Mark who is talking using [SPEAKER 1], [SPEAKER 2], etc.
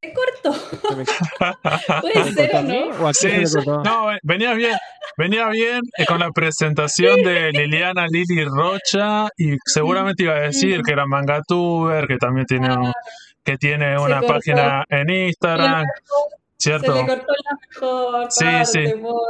[SPEAKER 1] se cortó. Puede ser o no.
[SPEAKER 2] ¿O a quién se
[SPEAKER 3] Sí,
[SPEAKER 2] le cortó?
[SPEAKER 3] No, ve- venía bien, venía bien eh, con la presentación de Liliana Lili Rocha y seguramente iba a decir que era mangatuber, que también tiene un- que tiene
[SPEAKER 1] Se
[SPEAKER 3] una
[SPEAKER 1] cortó.
[SPEAKER 3] página en
[SPEAKER 1] Se le
[SPEAKER 3] Instagram,
[SPEAKER 1] cortó- Se
[SPEAKER 3] ¿cierto?
[SPEAKER 1] le cortó la mejor
[SPEAKER 3] Sí,
[SPEAKER 1] parte,
[SPEAKER 3] sí.
[SPEAKER 1] amor.